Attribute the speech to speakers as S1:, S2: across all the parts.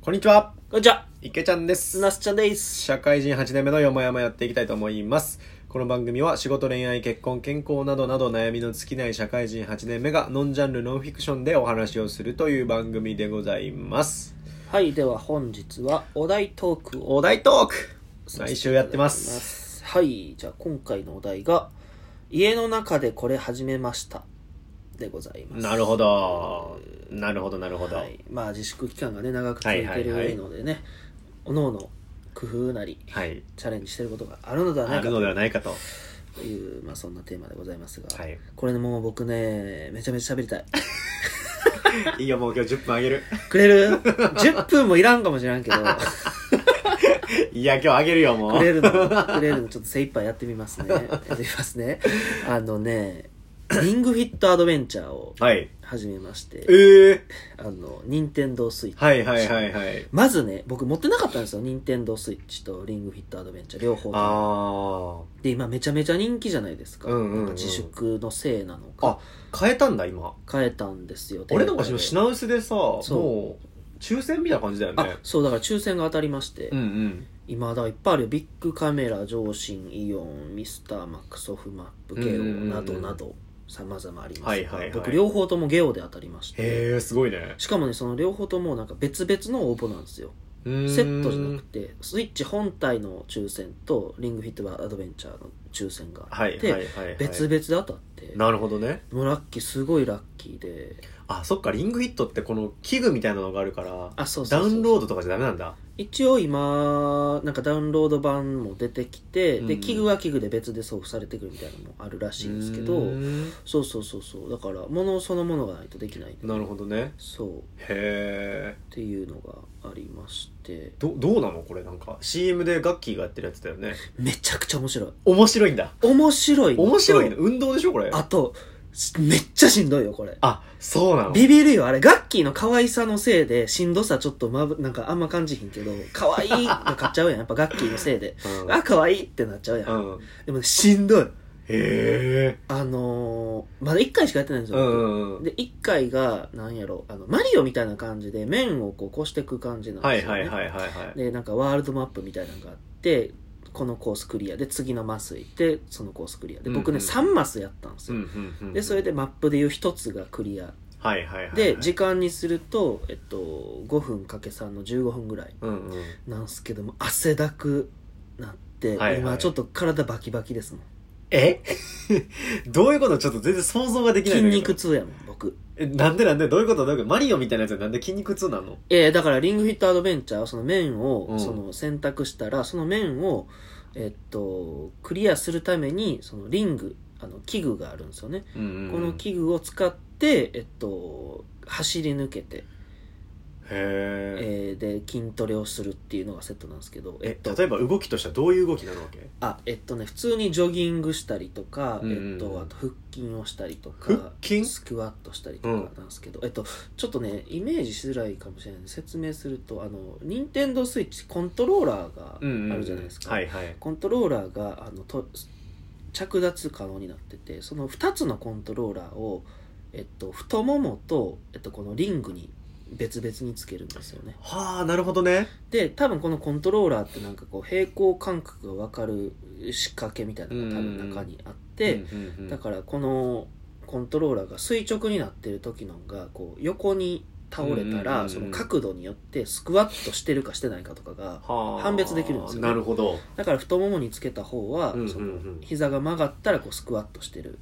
S1: こんにちは
S2: こんにちは、
S1: 池ちゃんです
S2: なすちゃんです。
S1: 社会人8年目のよもやまやっていきたいと思いますこの番組は仕事恋愛結婚健康などなど悩みの尽きない社会人8年目がノンジャンルノンフィクションでお話をするという番組でございます
S2: はい、では本日はお題トークを
S1: お題トーク
S2: させ
S1: 毎
S2: て
S1: 週やってます
S2: いただきます。はい、じゃあ今回のお題が、家の中でこれ始めました。でございます。
S1: なるほどなるほどなるほど、
S2: はい、まあ自粛期間がね、長く続い
S1: は
S2: て
S1: いはいはい
S2: るのでね、おのおの工夫なり、
S1: はい
S2: チャレンジしてることがあるのでは
S1: あ
S2: ないか
S1: るのではないかと
S2: という、まあそんなテーマでございますが、
S1: はい
S2: これね、もう僕ね、めちゃめちゃ喋りたい。
S1: いいよもう今日10分あげる
S2: く れる ?10 分もいらんかもしらんけど、
S1: いや今日あげるよもう
S2: くれるの、くれるの、ちょっと精一杯やってみますね。やってみますね。あのね、リングフィットアドベンチャーを
S1: はい
S2: 始めまして、
S1: ええ
S2: あの、ニンテンドースイッチ。
S1: はいはいはいはい
S2: まずね、僕持ってなかったんですよ。ニンテンドースイッチとリングフィットアドベンチャー両方とも。
S1: あ
S2: で、今めちゃめちゃ人気じゃないですか。
S1: うんうんうん
S2: なんか自粛のせいなの
S1: ああ
S2: か。
S1: 変えたんだ今
S2: 変えたんですよ。
S1: 俺なんか品
S2: い
S1: 薄でさも
S2: そう
S1: う抽選みたいな感じだよね
S2: あ、そう、だから抽選が当たりまして、
S1: うんうん
S2: 今だからいっぱいあるよビッグカメラ上信イオンミスターマックソフマップゲ
S1: うん
S2: オ
S1: うんうんうん
S2: などなどさまざまありますが、
S1: はいはいはい
S2: 僕両方ともゲオで当たりまして
S1: へえすごいね
S2: しかもねその両方ともなんか別々の応募なんですよ
S1: セ
S2: セットじゃなくてスイッチ本体の抽選とリングフィットアドベンチャーの抽選があ
S1: は
S2: っ
S1: い
S2: て、
S1: はいはいはい
S2: 別々で当たって
S1: なるほどね
S2: もうラッキーすごいラッキーで
S1: あそっかリングヒットってこの器具みたいなのがあるから
S2: あそうそう
S1: ダ
S2: そう
S1: ウンロードとかじゃダメなんだ
S2: 一応今なんかダウンロード版も出てきて、
S1: う
S2: で
S1: ん
S2: 器具は器具で別で送付されてくるみたいなのもあるらしいんですけど、
S1: うん
S2: そうそうそうそうだから物そのものがないとできない
S1: なるほどね
S2: そうっ
S1: へえ
S2: ていうのがありまして
S1: どどうなのこれなんか CM でガッキーがやってるやつだよね
S2: めちゃくちゃ面白い
S1: 面白いんだ
S2: 面白いのと
S1: 面白いの運動でしょこれ
S2: あとしめっちゃしんどいよこれ
S1: あそうなの
S2: ビビるよあれガッキーの可愛さのせいでしんどさちょっとまぶなんかあんま感じひんけど可愛いの買っちゃうやんやっぱガッキーのせいで
S1: うん
S2: あ可愛いってなっちゃうやん、
S1: うん
S2: でもねしんどい
S1: へえ
S2: あのー、まだ1回しかやってないんです
S1: う
S2: よ、
S1: んうんうん
S2: で1回がなんやろあのマリオみたいな感じで面をこう越していく感じなん
S1: は
S2: で
S1: い
S2: すよ、
S1: は
S2: ね
S1: いはいはいはい
S2: でなんかワールドマップみたいなのがあってこのコースクリアで次のマス行ってそのコースクリアで僕
S1: うんう
S2: ね、
S1: ん
S2: 三3マスやったんですよ、でそれでマップでいう1つがクリア
S1: はいはいはいはい
S2: で時間にすると、えっと、5分かけ3の15分ぐらい
S1: うんうん
S2: なんですけども汗だくなって、
S1: はいはい
S2: 今ちょっと体バキバキですもん
S1: え どういうことちょっと全然想像ができない
S2: 筋
S1: んだけど
S2: 肉痛やもん僕
S1: えなんでなんでどういうことどういうことマリオみたいなやつはなんで筋肉痛なの
S2: えー、だからリングフィットアドベンチャーはその面を、
S1: うん
S2: その選択したらその面をえっとクリアするためにそのリングあの器具があるんですよね、
S1: こ
S2: この器具を使ってえっと走り抜けて、
S1: へ
S2: えーで筋トレをするっていうのがセットなんですけど
S1: え
S2: と
S1: 例えば動きとしてはどういう動きなのわけ
S2: あえっとね普通にジョギングしたりとか、
S1: うんうん
S2: えっとあと腹筋をしたりとか
S1: 腹筋
S2: スクワットしたりとかなんですけど、えっとちょっとねイメージしづらいかもしれないんで説明するとあの任天堂スイッチコントローラーがあるじゃないですか、
S1: はいはい
S2: コントローラーがあのと着脱可能になっててその2つのコントローラーを、えっと、太ももと、えっと、このリングに別々につけるんですよね
S1: はあなるほどね
S2: で多分このコントローラーってなんかこう平行感覚が分かる仕掛けみたいなのが多分中にあって、
S1: うんうんうん
S2: だからこのコントローラーが垂直になってる時のがこう横に倒れた
S1: うんうんうんう
S2: ら
S1: ん
S2: その角度によってスクワットしてるかしてないかとかが
S1: はあ
S2: 判別できるんですよね
S1: なるほど
S2: だから太ももにつけた方は
S1: うんうんうん
S2: その膝が曲がったらこうスクワットしてる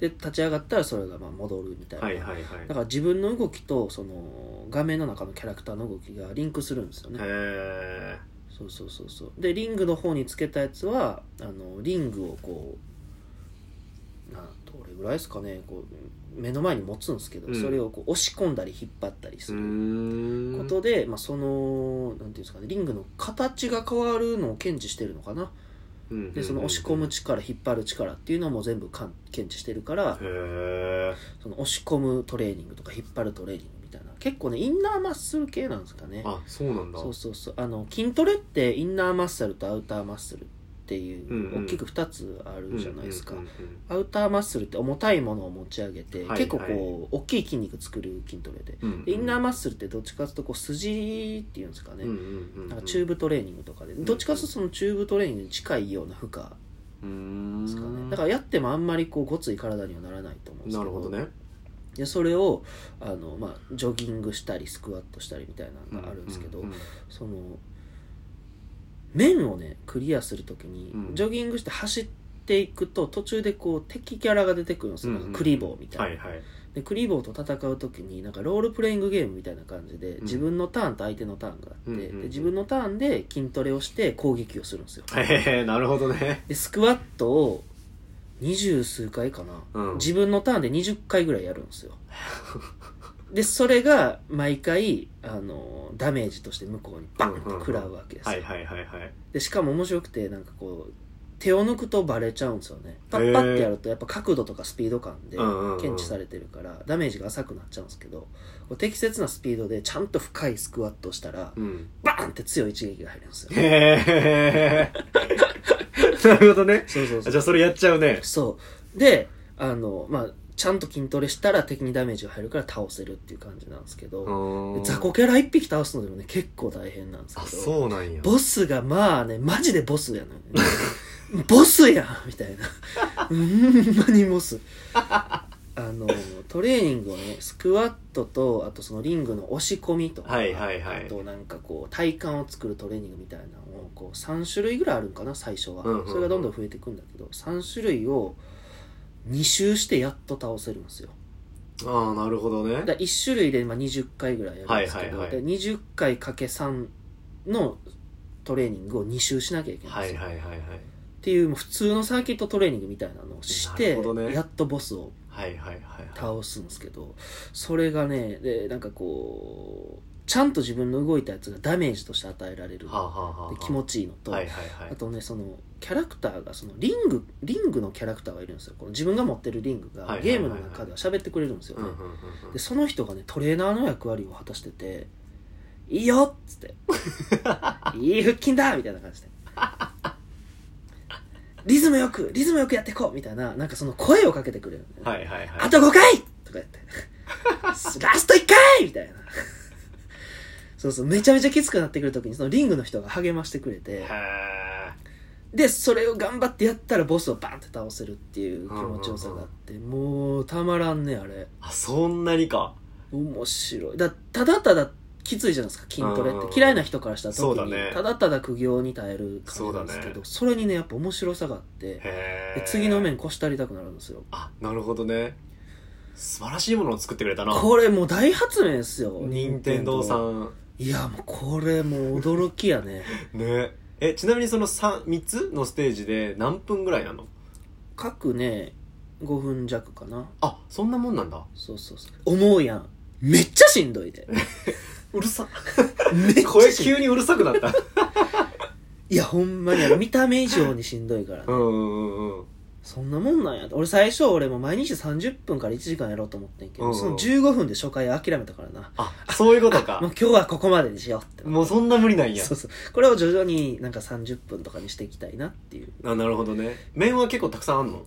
S2: で立ち上がったらそれがまあ戻るみたいな、
S1: はいはいはい
S2: だから自分の動きとその画面の中のキャラクターの動きがリンクするんですよね、
S1: へ
S2: そうそうそうそうでリングの方につけたやつはあのリングをこうなどれぐらいですかねこう目の前に持つんですけど、
S1: うん
S2: それをこう押し込んだり引っ張ったり
S1: えう
S2: する
S1: ー
S2: こ
S1: ん
S2: とで、まあ、そのなんていうんですかねリングの形が変わるのを検知してるのかなでその押し込む
S1: へ
S2: 力引っ張る力っていうのも全部かん検知してるから
S1: え
S2: その押し込むトレーニングとか引っ張るトレーニングみたいな結構ねインナーマッスル系なんですかね
S1: あそうなんだ
S2: そうそうそうあの筋トレってインナーマッスルとアウターマッスルっていう、
S1: うんうん
S2: 大きく2つあるじゃないですか、
S1: うんうん
S2: アウターマッスルって重たいものを持ち上げて、
S1: はいはい
S2: 結構こう大きい筋肉作る筋トレで
S1: うんうん
S2: でインナーマッスルってどっちかというとこう筋っていうんですかね、
S1: うんうんうんうん
S2: なんかチューブトレーニングとかでどっちかというとそのチューブトレーニングに近いような負荷
S1: うーん
S2: ですかねだからやってもあんまりこうごつい体にはならないと思うんです
S1: な
S2: け
S1: る
S2: ど
S1: ほどね
S2: でそれをあの、まあ、ジョギングしたりスクワットしたりみたいなのがあるんですけど、
S1: うう
S2: その面をねクリアするときに、
S1: うん
S2: ジョギングして走っていくと途中でこう敵キャラが出てくるんですよ、
S1: うん
S2: な
S1: うんん
S2: かクリボーみたいな、
S1: はいはい
S2: でクリボーと戦う時になんかロールプレイングゲームみたいな感じで、
S1: ん
S2: 自分のターンと相手のターンがあって、
S1: うんうんうん
S2: で自分のターンで筋トレをして攻撃をするんですよ
S1: へえなるほどね
S2: でスクワットを二十数回かな、
S1: うん
S2: 自分のターンで20回ぐらいやるんです よでそれが毎回あのダメージとして向こうにバンって食らうわけですよ、
S1: はいはいはいはい
S2: でしかも面白くてなんかこう手を抜くとバレちゃうんですよねパッパってやるとやっぱ角度とかスピード感で
S1: うんうんうん
S2: 検知されてるからダメージが浅くなっちゃうんですけどこう適切なスピードでちゃんと深いスクワットをしたら
S1: うん
S2: バーンって強い一撃が入るんですよ
S1: へえ なるほどね
S2: そうそうそ
S1: あ
S2: う
S1: じゃあそれやっちゃうね
S2: そうであのまあちゃんと筋トレしたら敵にダメージが入るから倒せるっていう感じなんですけどで雑
S1: 雑
S2: 魚キャラ一匹倒すのでもね結構大変なんです
S1: あ
S2: けど
S1: そうなんや
S2: ボスがまあね、マジでボスやな、ボスやんみたいな。ほんまにボス。あの、トレーニングをね、スクワットと、あとそのリングの押し込みとか、
S1: はいはいはい
S2: あとなんかこう、体幹を作るトレーニングみたいなのを、こう、3種類ぐらいあるんかな、最初は。
S1: うんうんうん
S2: それがどんどん増えていくんだけど、3種類を2周してやっと倒せるんですよ。
S1: ああなるほどね
S2: だから1種類でまあ20回ぐらいやるんですけど、
S1: はいはいはい
S2: で20回かけ3のトレーニングを2周しなきゃいけないん
S1: は
S2: です
S1: い
S2: よ、
S1: はいはいはい
S2: っていうもう普通のサーキットトレーニングみたいなのをし
S1: な
S2: て、
S1: るほどね
S2: やっとボスを
S1: はいはいはいはい
S2: 倒すんですけどそれがねでなんかこうちゃんと自分の動いたやつがダメージとして与えられる
S1: はあはあはあはあ
S2: で気持ちいいのと、
S1: はいはいはい
S2: あとねそのキャラクターがそのリングリングのキャラクターがいるんですよこの自分が持ってるリングが、
S1: はいはいはいはい
S2: ゲームの中では喋ってくれるんですよ
S1: う
S2: ね、
S1: んうんうんうん
S2: でその人がねトレーナーの役割を果たしてて「いいよ!」っ つって「いい腹筋だ!」みたいな感じでリズムよくリズムよくやっていこうみたいななんかその声をかけてくれるのね、
S1: はいはいはい
S2: あと5回とか言って 「ラスト1回!」みたいなそうそうめちゃめちゃきつくなってくるときにそのリングの人が励ましてくれて
S1: へ
S2: でそれを頑張ってやったらボスをバンって倒せるっていう気持ちよさがあって、もうたまらんねあれ
S1: あそんなにか
S2: 面白いだただただきついじゃないですか筋トレ
S1: うん
S2: って嫌いな人からした
S1: そう
S2: 時
S1: だ
S2: に、
S1: ね
S2: ただただ苦行に耐える感じなんですけど
S1: そう
S2: そ,、
S1: だね
S2: れにねやっぱ面白さがあって
S1: へえ
S2: で次の面腰足りたくなるんですよ
S1: あなるほどね素晴らしいものを作ってくれたな
S2: これもう大発明ですよ
S1: 任天堂さん
S2: いやもうこれもう驚きやね
S1: ねえちなみにその 3, 三つのステージで何分ぐらいなの
S2: 各ね5分弱かな
S1: あそんなもんなんだ
S2: そうそうそう思うやんめっちゃしんどいで
S1: うるさ
S2: めっちゃ
S1: 声
S2: しんどい
S1: 急にうるさくな った
S2: いやほんまにあの見た目以上にしんどいからね
S1: うんうんうんうん
S2: そんなもんなんや俺最初俺も毎日30分から1時間やろうと思ってんけど、
S1: うんうん
S2: その15分で初回諦めたからな
S1: あそういうこと
S2: もう
S1: か
S2: 今日はここまでにしようって
S1: もうそんな無理なんや
S2: そうそうこれを徐々になんか30分とかにしていきたいなっていう
S1: あなるほどね面は結構たくさんあんの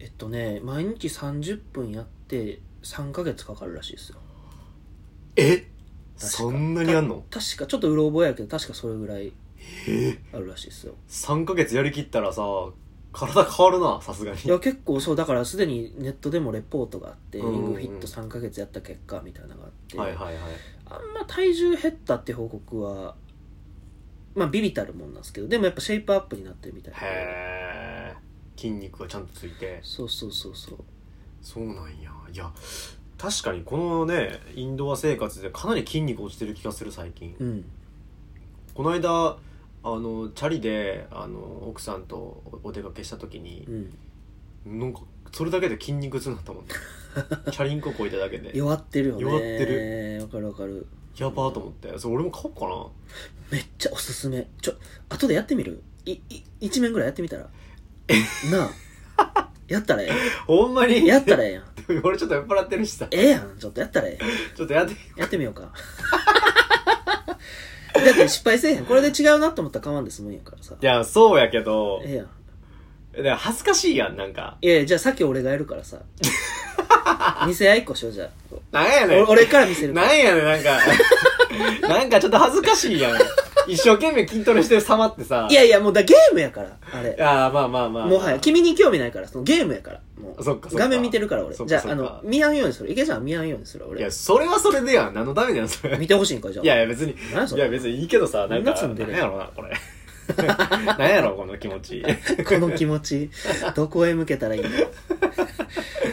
S2: えっとね毎日30分やって3ヶ月かかるらしいですよ
S1: え
S2: 確か
S1: そんなにあんの
S2: 確かちょっとうろ覚えやけど確かそれぐらいあるらしいですよ
S1: 3ヶ月やりきったらさ体変わるなさすがに
S2: いや結構そうだからすでにネットでもレポートがあって、
S1: うんうんうん
S2: リングフィット3ヶ月やった結果みたいなのがあって、
S1: はいはいはい
S2: あんま体重減ったって報告は、まあビビたるもんなんですけど、でもやっぱシェイプアップになってるみたいな。
S1: へえ筋肉がちゃんとついて
S2: そうそうそうそう。
S1: そうなんやいや確かにこのねインドア生活でかなり筋肉落ちてる気がする最近
S2: うん。
S1: この間あのチャリであの奥さんとおお出かけした時に
S2: う、ん。
S1: なんかそれだけで筋肉痛になったも んねチャリンコこいただけで
S2: 弱ってるよね。
S1: 弱ってる。
S2: わかるわかる。
S1: やばーと思ってそれ俺も買おうかな
S2: めっちゃおすすめ。ちょ、後でやってみるい、い、一面ぐらいやってみたら。なあ。やったらえ
S1: ほんま
S2: えやん。
S1: に
S2: やったらええやん。
S1: 俺ちょっと酔っ払ってるしさ
S2: ええやん。ちょっとやったらええ。
S1: ちょっとやって
S2: やってみようか。だって失敗せえへん。これで違うなと思ったら構わんですもんやからさ。
S1: いや、そうやけど、
S2: ええやん。
S1: だから恥ずかしいやん、なんか。
S2: いやいや、じゃあさっき俺がやるから さ。見せ合いっこしよう、じゃあ。
S1: なんやね
S2: 俺
S1: ん。
S2: 俺から見せるから。
S1: なんやねん、なんか。 なんかちょっと恥ずかしいやん。一生懸命筋トレしてる様ってさ。
S2: いやいや、もうだゲームやから、あれ。
S1: ああ、まあまあまあ。
S2: もはや、君に興味ないから、そのゲームやから。もう
S1: そっかそっか
S2: 画面見てるから俺。
S1: そっ
S2: じ
S1: か
S2: ゃ
S1: そっ
S2: あ、
S1: か
S2: あの、見合うようにする。いけちゃん見合うようにする、
S1: いや、
S2: 俺。
S1: それはそれでやん。何のためにやん、それ。
S2: 見てほしいんか、じゃあ。
S1: いやいや、別に。い
S2: 何そ
S1: や、
S2: れ
S1: 別にいいけどさ、なんか、な
S2: 何なん
S1: ん
S2: でね
S1: やろな、これ。 なんやろ、この気持ち。
S2: この気持ち、どこへ向け たらいいの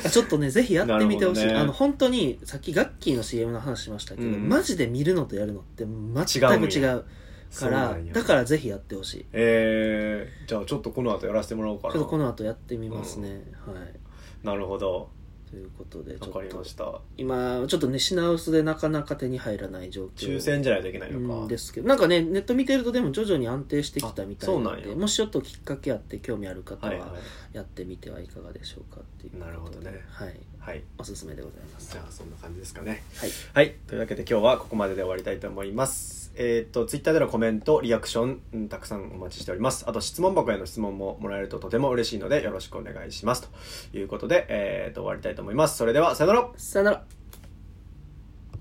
S2: ちょっとね、ぜひやってみてほし
S1: な
S2: い。
S1: るほどね
S2: あの、本当に、さっきガッキーの CM の話しましたけど、
S1: うん
S2: マジで見るのとやるのって全
S1: 違うん
S2: く
S1: や
S2: 違う
S1: そ
S2: か
S1: う
S2: ら
S1: なん、や
S2: だからぜひやってほしい。
S1: えー、じゃあちょっとこの後やらせてもらおうか
S2: ちょ
S1: な。
S2: っとこの後やってみますね。はい。
S1: なるほど。
S2: ということで、ちょ
S1: わ
S2: っ
S1: かりま
S2: と、
S1: した。
S2: 今、ちょっとね、品薄でなかなか手に入らない状況。
S1: 抽選じゃないといけない
S2: うん
S1: のか
S2: で。すけどなんかねネット見てるとでも徐々に安定してきたみたいな
S1: あ
S2: の
S1: そう
S2: で
S1: なんや
S2: もしちょっときっかけあって興味ある方
S1: はい
S2: は
S1: はい。
S2: やってみてはいかがでしょうかっていうことで
S1: なるほどね
S2: はい
S1: はい。
S2: おすすめでございます
S1: じゃあそんな感じですかね。
S2: はい
S1: はい。というわけで今日はここまでで終わりたいと思います。えっ、と、ツイッターでのコメント、リアクション、うんたくさんお待ちしております。あと、質問箱への質問ももらえるととても嬉しいので、よろしくお願いします。ということで、えっ、と、終わりたいと思います。それでは、さよなら
S2: さよなら